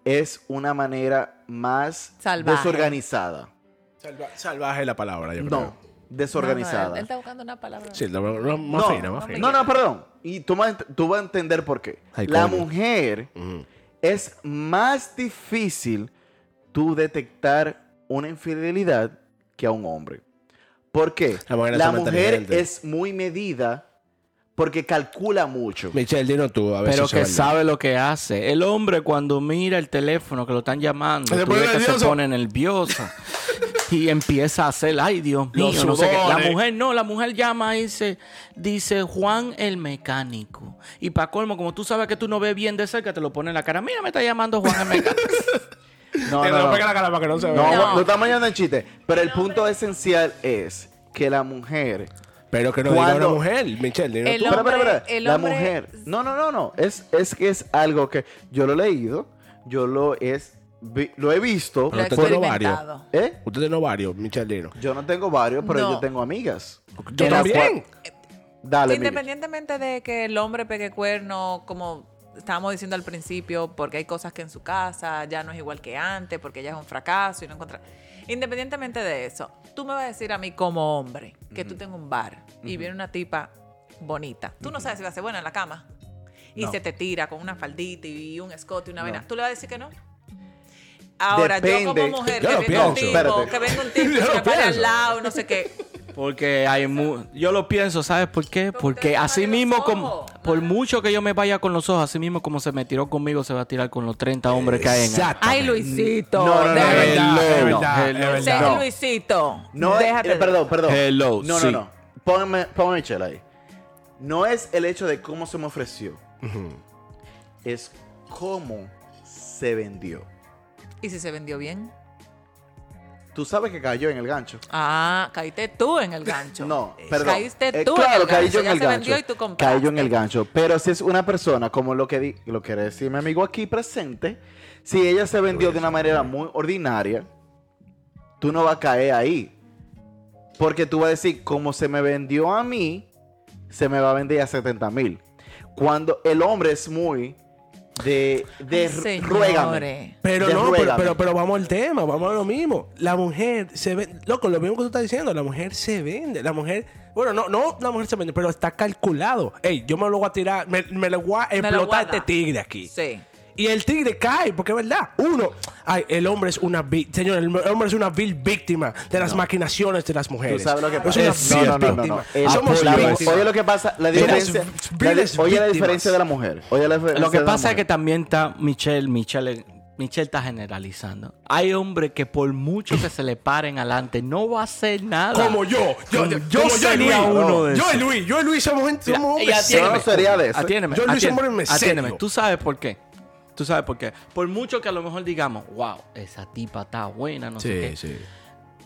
es una manera más Salvaje. desorganizada. Salva- salvaje la palabra, yo creo. No, desorganizada. No, no, él, él está buscando una palabra. Sí, lo- lo- más fina, más fina. No, no, perdón. Y tú, ma- tú vas a entender por qué. Ay, la coño. mujer Ujú. es más difícil tú detectar una infidelidad que a un hombre. ¿Por qué? La mujer es la más mujer inteligente. es muy medida porque calcula mucho. Michelle, dinos tú, a ver Pero si que se vale. sabe lo que hace. El hombre cuando mira el teléfono que lo están llamando, Se tú pone ves que se nervioso. pone nerviosa y empieza a hacer, ay Dios mío, Los no sé qué". La sudores. mujer no, la mujer llama y dice, dice Juan el mecánico. Y para colmo, como tú sabes que tú no ves bien de cerca, te lo pone en la cara. Mira, me está llamando Juan el mecánico. No, Te no, lo no. pega la cara para que no se No, vea. no estamos yendo en chiste. Pero el punto esencial es que la mujer... Pero que no diga una Cuando- mujer, Michelle, dinos El tú. Espera, hombre- espera, espera. el la hombre- mujer. No, no, no, no. Es, es que es algo que yo lo he leído, yo lo, es, vi- lo he visto. Lo he Pero te tengo experimentado. ¿Eh? Usted tiene varios, Michelle, dinos. Yo no tengo varios, pero No. yo tengo amigas. Yo De las también. cual- Dale, Miguel. Independientemente de que el hombre pegue cuerno, como estábamos diciendo al principio, porque hay cosas que en su casa ya no es igual que antes, porque ya es un fracaso y no encuentra. Independientemente de eso, tú me vas a decir a mí como hombre que tú tengo un bar y viene una tipa bonita. Tú no sabes si va a ser buena en la cama. Y se te tira con una faldita y un escote y una vena. ¿Tú le vas a decir que no? Ahora, yo como Depende. mujer, Yo que lo venga un pienso. tipo, Espérate. que venga un tipo, Yo que lo se me pare pienso. al lado, no sé qué. Porque hay mu- yo lo pienso, ¿sabes por qué? Pero Porque ustedes así tapan los mismo como ojos. por mucho que yo me vaya con los ojos, así mismo como se me tiró conmigo, se va a tirar con los 30 hombres que hay en Exacto. Ay, Luisito. No, no, no, de no, no, verdad. verdad, es Hello. verdad, es Hello. Sí, verdad. No. Luisito. No es- déjate. eh, perdón, perdón. Hello, no, sí. no, no. Póngame, póngame Michelle ahí. No es el hecho de cómo se me ofreció. Es cómo se vendió. ¿Y si se vendió bien? Tú sabes que cayó en el gancho. Ah, caíste tú en el gancho. No, perdón. Caíste Eh, tú claro, en el gancho. caí yo en Ya el se vendió gancho. y tú compraste. Caí yo en el gancho. Pero si es una persona, como lo que, di- lo que decía mi amigo aquí presente, si ella se vendió de una manera muy ordinaria, tú no vas a caer ahí. Porque tú vas a decir, como se me vendió a mí, se me va a vender a 70 mil. Cuando el hombre es muy de, de Ay, ru- ruégame. señores. Pero De no, pero, ruégame. pero, pero vamos al tema, vamos a lo mismo. La mujer se vende, loco, lo mismo que tú estás diciendo, la mujer se vende, la mujer, bueno, no, no, la mujer se vende, pero está calculado. Ey, yo me lo voy a tirar, me, me lo voy a lo voy explotar a este dar. tigre aquí. Sí. Y el tigre cae, porque es verdad. Uno, ay, el hombre es una vi- señor, el hombre es una vil víctima de las maquinaciones de las mujeres. Tú sabes lo que Es pasa. una Es- vil no, no, no, no, no. víctima. El- Somos la- víctimas. Oye lo que pasa. La Mira, diferencia. es- la di- viles oye la víctimas. diferencia de la mujer. Oye la diferencia Lo que de la pasa es mujer. que también está Michelle, Michelle, Michelle está generalizando. Hay hombres que por mucho que se le paren adelante no va a hacer nada. Como yo, yo, Como yo, yo yo y Luis, sería uno de yo y esos. Luis, yo y Luis somos, gente- somos Y hombres. atiéndeme. Yo no sería de eso. Atiéndeme, Yo no soy atiéndeme, hombre en atiéndeme. serio. Tú sabes por qué. Tú sabes por qué. Por mucho que a lo mejor digamos, wow, esa tipa está buena, no sé qué. sí.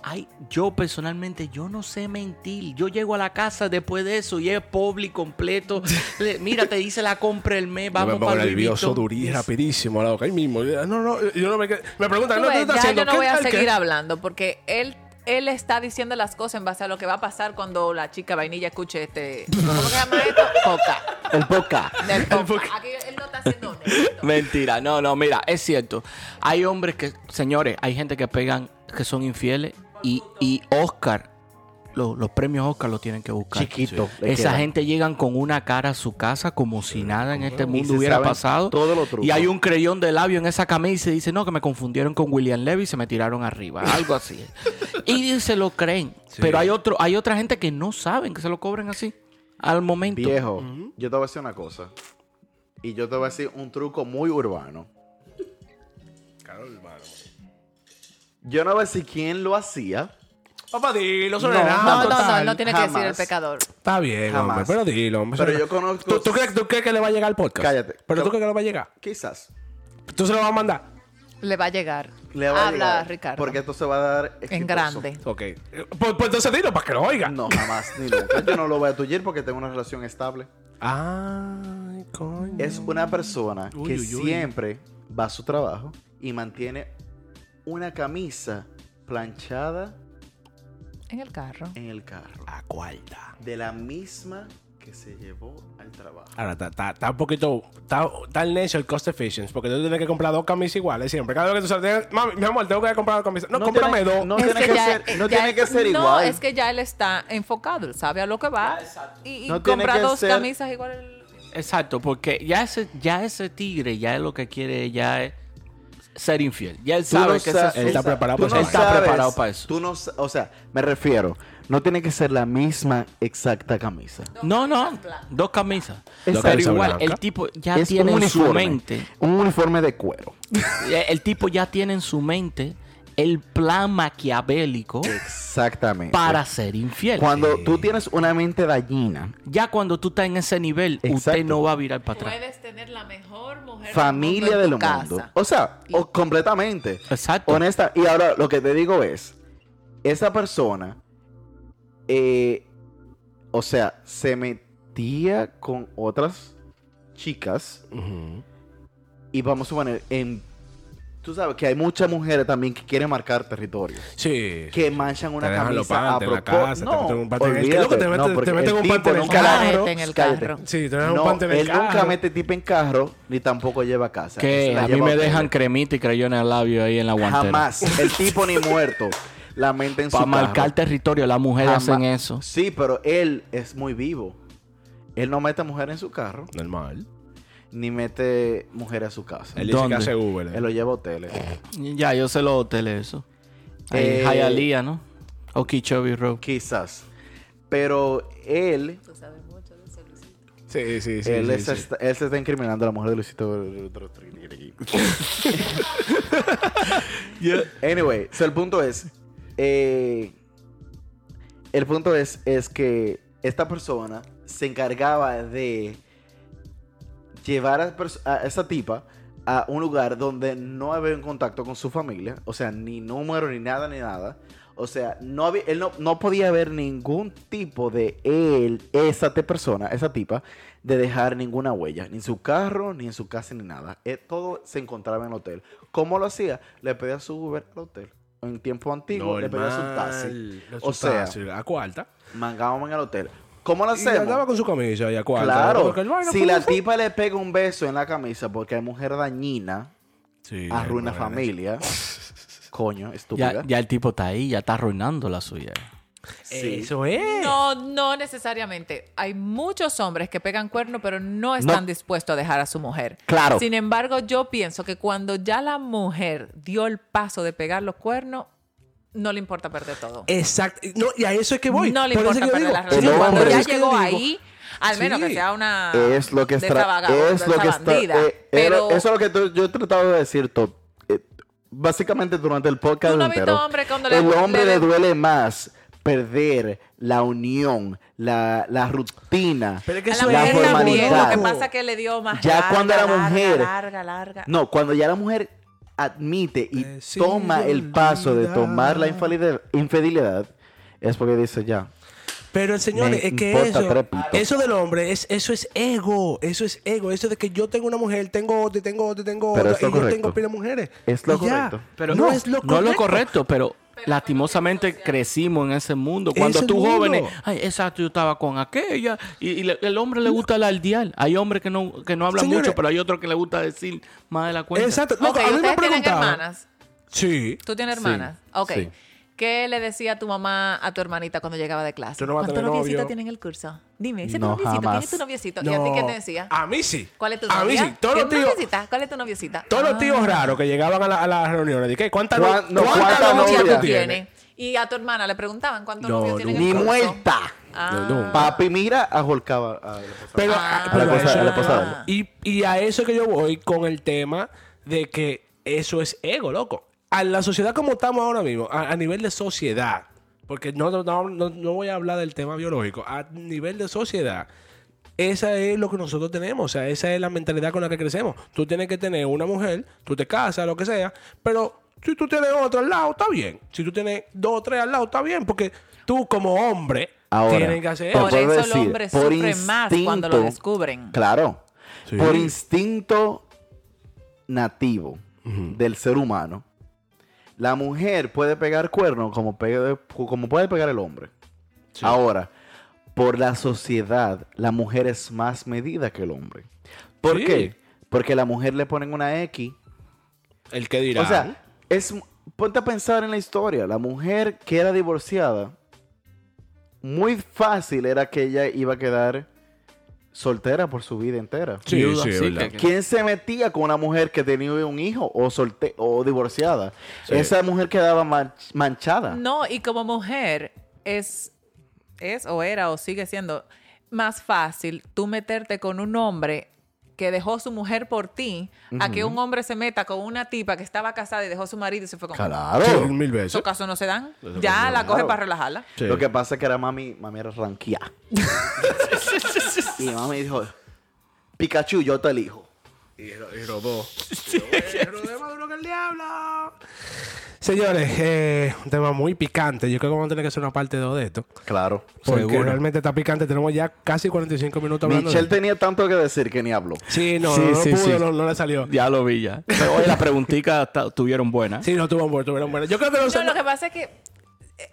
Ay, yo personalmente, yo no sé mentir. Yo llego a la casa después de eso y es pobre y completo. Le- Mira, te dice la compra el mes, Yo vamos me pongo para el nervioso, durí, rapidísimo, loco. Ahí mismo. Yo- No, no, yo no me... quedo- Me preguntan, Tú ¿no ves, te estás ya haciendo? yo no ¿Qué voy a tal que- seguir hablando porque él, él está diciendo las cosas en base a lo que va a pasar cuando la chica vainilla escuche este. ¿Cómo que se llama esto? Poca. El poca. Del poca. Aquí él no está haciendo honesto. Mentira, no, no, mira, es cierto. Hay hombres que, señores, hay gente que pegan, que son infieles y, y Oscar, lo- los premios Oscar los tienen que Ah, buscar. Chiquito, le Esa quedan. gente llegan con una cara a su casa como si nada en este mundo se hubiera saben pasado. todos los trucos. Y hay un creyón de labio en esa camisa y dice, no, que me confundieron con William Levy y se me tiraron arriba, algo así. y se lo creen. Pero hay otro, hay otra gente que no saben que se lo cobren así al momento. Viejo, yo te voy a decir una cosa. Y yo te voy a decir un truco muy urbano. Yo no voy a decir quién lo hacía. Papá, dilo, No, No, no, no, Total, no tiene que decir el jamás. pecador. Está bien, Jamás. hombre, pero dilo, hombre. Pero Suena- yo conozco- ¿Tú, tú crees, tú crees que le va a llegar el podcast? Cállate. ¿Pero tú Yo- crees que le va a llegar? Quizás. ¿Tú se lo vas a mandar? Le va a llegar. Le va a Habla, llegar, Ricardo. Porque esto se va a dar en exitoso. grande. Ok. Eh, Pues, pues entonces dilo para que lo oiga. No, jamás, ni nunca. Yo no lo voy a tuyir porque tengo una relación estable. Ay, coño. Es una persona que Uy, uy, uy. siempre va a su trabajo y mantiene una camisa planchada En el carro. en el carro. A cuarta. De la misma que se llevó al trabajo. Ahora, está- está está un poquito... Está está el necio el cost efficiency. Porque tú tienes que comprar dos camisas iguales siempre. Cada vez que tú sales... Mami, mi amor, tengo que comprar dos camisas. No, cómprame tiene- dos. No tiene que, ya- eh, ser, no ya- tiene que ser no, igual. es que ya él está enfocado, él sabe a lo que va. Y, y No tiene compra que dos ser- camisas igual. Exacto, porque ya ese, ya ese tigre, ya es lo que quiere, ya es ser infiel. Ya él Tú no sabe que ese sa- es su- Él está sa- preparado tú para no eso. Él está sabes- preparado para eso. Tú no, sa- o sea, me refiero, no tiene que ser la misma exacta camisa. No, no, dos camisas. Dos Pero camisas igual, blancas. el tipo ya tiene en su mente, un uniforme de cuero. eh, el tipo ya tiene en su mente el plan maquiavélico Exactamente. para ser infiel. cuando tú tienes una mente dañina, Ya cuando tú estás en ese nivel, usted Exacto. no va a virar para atrás. tener la mejor mujer familia del mundo. O sea, o completamente. Exacto. Honesta, y ahora lo que te digo es, esa persona, eh, o sea, se metía con otras chicas Ujú. y vamos a poner en... Tú sabes que hay muchas mujeres también que quieren marcar territorio. Sí. Que manchan una Te dejan los camisa a panties en la casa, propósito. te meten un panty en el- Loco, te meten- te meten un panty en el carro. en el carro. Sí, tenemos un No, pante en el él nunca carro. mete tip en carro ni tampoco lleva a casa. Él se Que la a mí lleva me hotel. dejan cremita y creyones al labio ahí en la guantera. Jamás. El tipo ni muerto. La mente en su Para carro. marcar territorio, las mujeres Jamás. hacen eso. Sí, pero él es muy vivo. Él no mete mujer en su carro Normal. ni mete mujer a su casa. Él Él, dice que ¿Dónde? hace Uber. lo lleva a hoteles. Ya, yo sé los hoteles eso. Ahí en Eh, Hialeah, ¿no? Okeechobee Road. Quizás. Pero él Sí, sí, sí. él, sí, es- sí. está- él se está incriminando a la mujer de Luisito. Rodríguez. Anyway, so el punto es. eh, el punto es, es que esta persona se encargaba de llevar a, pers- a esa tipa a un lugar donde no había un contacto con su familia. O sea, ni número, ni nada, ni nada. O sea, no había- él no, no podía ver ningún tipo de él, esa te- persona, esa tipa, de dejar ninguna huella, ni en su carro, ni en su casa, ni nada. Eh, todo se encontraba en el hotel. ¿Cómo lo hacía? Le pedía su Uber al hotel. En tiempo antiguo le pedía su taxi. Normal. O Su sea- taxi, a cuarta. Mangábamos en el hotel. ¿Cómo lo Y andaba hacemos? con su camisa y a cuarta. Claro, Porque el vaina si fue la así. tipa le pega un beso en la camisa porque hay mujer dañina, Sí, arruina hermano. familia. Coño, Ya, estúpida. ya el tipo está ahí, ya está arruinando la suya. Sí. Eso es. No, no necesariamente. Hay muchos hombres que pegan cuerno, pero no están dispuestos a dejar a su mujer. Claro. Sin embargo, yo pienso que cuando ya la mujer dio el paso de pegar los cuernos, no le importa perder todo. Exacto. No, y a eso es que voy. No le Por eso importa que yo perder digo, la sí, relación. Cuando por hombre, ya eso que yo llegó digo, ahí, al menos que Sí. sea una Es lo que de estra- esa vagabunda, es lo esa que está- bandida. eh, era- pero eso es lo que tú- yo he tratado de decir todo. básicamente durante el podcast Tú no has visto entero. hombre cuando le- el hombre le- le duele más perder la unión, la, la rutina, Pero es que a la eso es mujer amor, también, lo que loco. pasa es que le dio más Ya larga, cuando era larga, mujer. larga, larga. No, cuando ya la mujer admite y Decide toma el paso de olvidar. tomar la infelide- infidelidad, es porque dice ya. Pero señores, Me es que importa eso, tres pitos. eso del hombre, es, eso es ego, eso es ego, eso de que yo tengo una mujer, tengo otra, y tengo otra, y tengo Pero otra, es lo y correcto. yo tengo pila de mujeres. Es lo Y ya. correcto. Pero no, es lo correcto. No es lo correcto, pero lastimosamente crecimos en ese mundo. Cuando Ese tú mundo. jóvenes, ay, exacto, yo estaba con aquella. Y, y le- el hombre le gusta alardear. Hay hombres que no, que no hablan Señores. mucho, pero hay otros que le gusta decir más de la cuenta. Exacto. Ok, Loco, a mí me ustedes tienen preguntaban. hermanas. Sí. ¿Tú tienes Sí, hermanas? ok. sí. ¿Qué le decía tu mamá a tu hermanita cuando llegaba de clase? Tú no vas a ¿Cuántos tener novio. noviecitos tienen el curso? Dime, ese No, noviecito, ¿quién es tu jamás. noviecito? ¿Y a ti qué te decía? A mí sí. ¿Cuál es tu A mí novia? sí. Ah, Todos los ¿Qué tíos, noviecita? ¿Cuál es tu noviecita? todos los tíos Ah. raros que llegaban a, la- a las reuniones. Dije, ¿cuántas no- ¿Cuán- no, cuántas novias cuántas novias tú novia? tienes? tiene? Y a tu hermana le preguntaban cuántos No, novios tienen nunca. el Ni curso. muerta. Ah. Papi, mira a Holcaba. a la persona. Pero, Ah. pero A la a cosa- eso- a la posada. Y, y a eso que yo voy con el tema de que eso es ego, loco. A la sociedad como estamos ahora mismo, a, a nivel de sociedad, porque no, no, no- no- no voy a hablar del tema biológico, a nivel de sociedad, esa es lo que nosotros tenemos, o sea, esa es la mentalidad con la que crecemos. Tú tienes que tener una mujer, tú te casas, lo que sea, pero si tú tienes otra al lado, está bien. Si tú tienes dos o tres al lado, está bien, porque tú como hombre Ahora, tienes que hacer te eso. Por eso puedo los hombres sufren más cuando lo descubren. Claro. Sí. Por instinto nativo del ser humano, la mujer puede pegar cuernos como, pe- como puede pegar el hombre. Ahora, por la sociedad, la mujer es más medida que el hombre. ¿Por Sí. qué? Porque la mujer le ponen una X El que dirá. o sea, es ponte a pensar en la historia. La mujer que era divorciada, muy fácil era que ella iba a quedar soltera por su vida entera. Sí, sí, Viuda, sí, es que- verdad. que- ¿Quién se metía con una mujer que tenía un hijo o solte o divorciada? Esa mujer quedaba manch- manchada. No, y como mujer es, es o era o sigue siendo más fácil tú meterte con un hombre que dejó su mujer por ti a que un hombre se meta con una tipa que estaba casada y dejó su marido y se fue con Claro. Sí, mil Esos veces. casos no se dan. Esos casos Ya no la se coge dan. para relajarla. Sí. Lo que pasa es que era mami, mami era ranqueada. y mami dijo, Pikachu, yo te elijo. Y, ro- y robó. Y robó- robó más duro que el diablo. Señores, eh, un tema muy picante. Yo creo que vamos a tener que hacer una parte 2 de esto. Claro. Porque seguro. realmente está picante. Tenemos ya casi 45 minutos hablando. de- Michelle tenía tanto que decir que ni habló. Sí, no, Sí, no, no sí, pudo, sí. No, no le salió. Ya lo vi ya. Pero oye, las preguntitas ta- tuvieron buenas. Sí, no tuvo un tuvieron bueno. Yo creo que no, No, se- lo que pasa es que eh,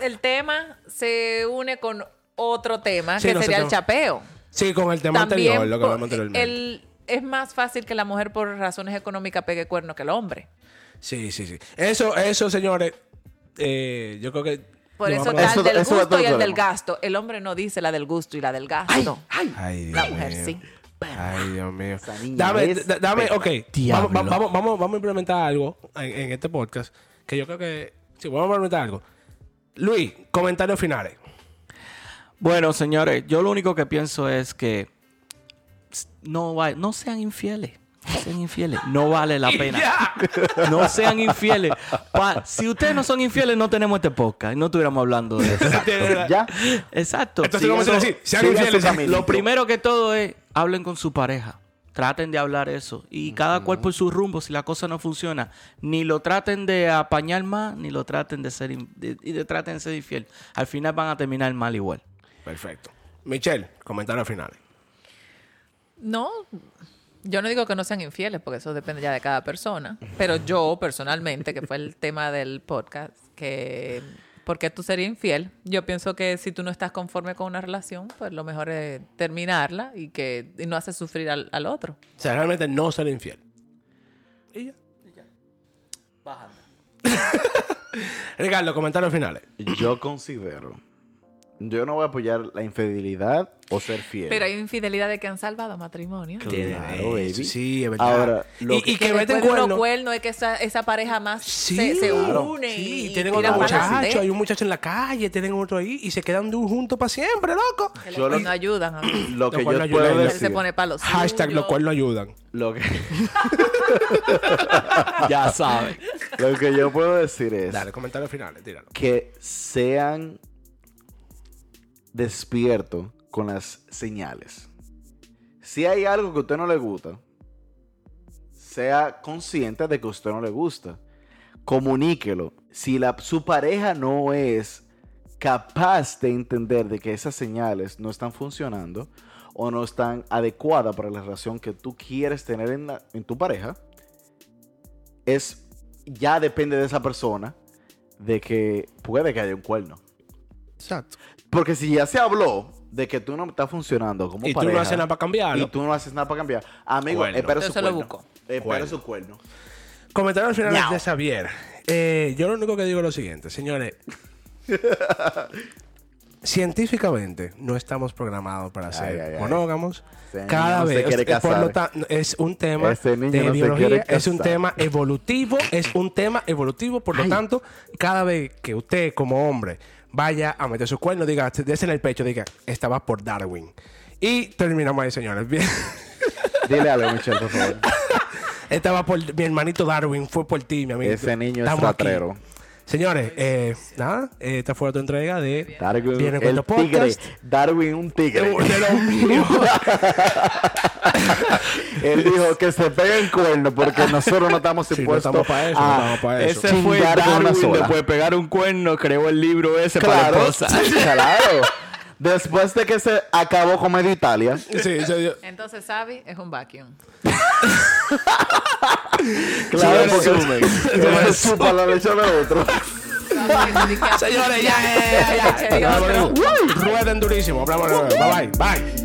el tema se une con otro tema Sí, que no, sería se- el chapeo. Sí, con el tema También anterior, lo que por- hablamos anteriormente. el- es más fácil que la mujer por razones económicas pegue cuerno que el hombre. Sí, sí, sí. Eso, eso, señores. eh, yo creo que. Por lo eso vamos a- está Eso- el del eso va todo gusto y el el del problema. gasto. El hombre no dice la del gusto y la del gasto. Ay, Dios la mujer mío. sí. Ay, Dios mío. Esa niña Dame, es da- dame, ok. Diablo. Vamos, va- vamos, vamos, vamos a implementar algo en, en este podcast. Que yo creo que. Sí, vamos a implementar algo. Luis, comentarios finales. Bueno, señores, yo lo único que pienso es que no, va- no sean infieles. No sean infieles. No vale la pena. No sean infieles. Pa- si ustedes no son infieles, no tenemos este podcast. No estuviéramos hablando de eso. ¿Ya? Exacto. Entonces vamos a Sigan decir, su- sean sigan su infieles. camino. Lo primero que todo es, hablen con su pareja. Traten de hablar eso. Y cada cuerpo en su rumbo, si la cosa no funciona. Ni lo traten de apañar más, ni lo traten de ser, in- de- y de- traten de ser infiel. Al final van a terminar mal igual. Perfecto. Michelle, comentarios finales. No, yo no digo que no sean infieles, porque eso depende ya de cada persona. Pero yo, personalmente, que fue el tema del podcast, que ¿por qué tú serías infiel? Yo pienso que si tú no estás conforme con una relación, pues lo mejor es terminarla y que y no haces sufrir al, al otro. O sea, realmente no ser infiel. Y ya. Ricardo, comentarios finales. Yo considero. Yo no voy a apoyar la infidelidad o ser fiel. Pero hay infidelidades que han salvado matrimonio. Claro, baby. Sí, es verdad. Ahora, lo y, que- y Que que meten después de cuernos. unos cuernos es que esa, esa pareja más Sí, se, se claro. une Sí, y, y tienen tira otro para adelante. muchacho, hay un muchacho en la calle, tienen otro ahí y se quedan du- juntos para siempre, loco. Que Yo los lo- no ayudan. a- Lo que Lo cual yo no ayuda puedo a ella. Él decir. se pone palos. Hashtag lo cual no ayudan. Lo que, Ya saben. lo que yo puedo decir es Dale, comentarios finales, tíralo. que sean despiertos con las señales. Si hay algo que a usted no le gusta, sea consciente de que a usted no le gusta. Comuníquelo. Si la, su pareja no es capaz de entender de que esas señales no están funcionando o no están adecuadas para la relación que tú quieres tener en, la- en tu pareja, es ya depende de esa persona de que puede que haya un cuerno. Exacto. Porque si ya se habló de que tú no estás funcionando como Y tú pareja Ah, no haces nada para cambiarlo. y tú no haces nada para cambiar, amigo, Cuerno. espera su Yo se lo cuerno. Eh, busco. Espera Cuerno. su cuerno. Comentarios finales de Xavier. Eh, yo lo único que digo es lo siguiente, señores. Científicamente no estamos programados para ser ay, ay. monógamos. Este niño Cada no se vez, quiere eh, por casar. lo tanto, es un tema Este niño de no se biología, quiere es un casar. tema evolutivo, es un tema evolutivo, por lo tanto, cada vez que usted como hombre vaya a meter su cuerno, diga, "Este dése en el pecho, diga, estaba por Darwin. Y terminamos ahí, señores. Bien. Dile algo, Michelle, por favor. Estaba por mi hermanito Darwin, fue por ti, mi amigo. Ese niño es Estamos aquí. ratrero. Señores, eh, nada, eh, esta fue otra entrega de. Darwin, Viene con el tu podcast. tigre. Darwin, un tigre. de lo mío. Él dijo que se pegue el cuerno porque nosotros no estamos Sí, no impuestos estamos pa' eso, no a estamos pa' eso. chingar con una sola. pegar un cuerno, creó el libro ese Claro, claro. Después de que se acabó Comedia Italia, Sí, sí, sí. Entonces, Sabi es un vacuum. claro, Sí, porque resumen. uno chupa la leche de otro. Señores, ya, ya, ya, ya. Leche de otro. Rueden durísimo. Bla, bla, bla, bla. Bye, bye. bye.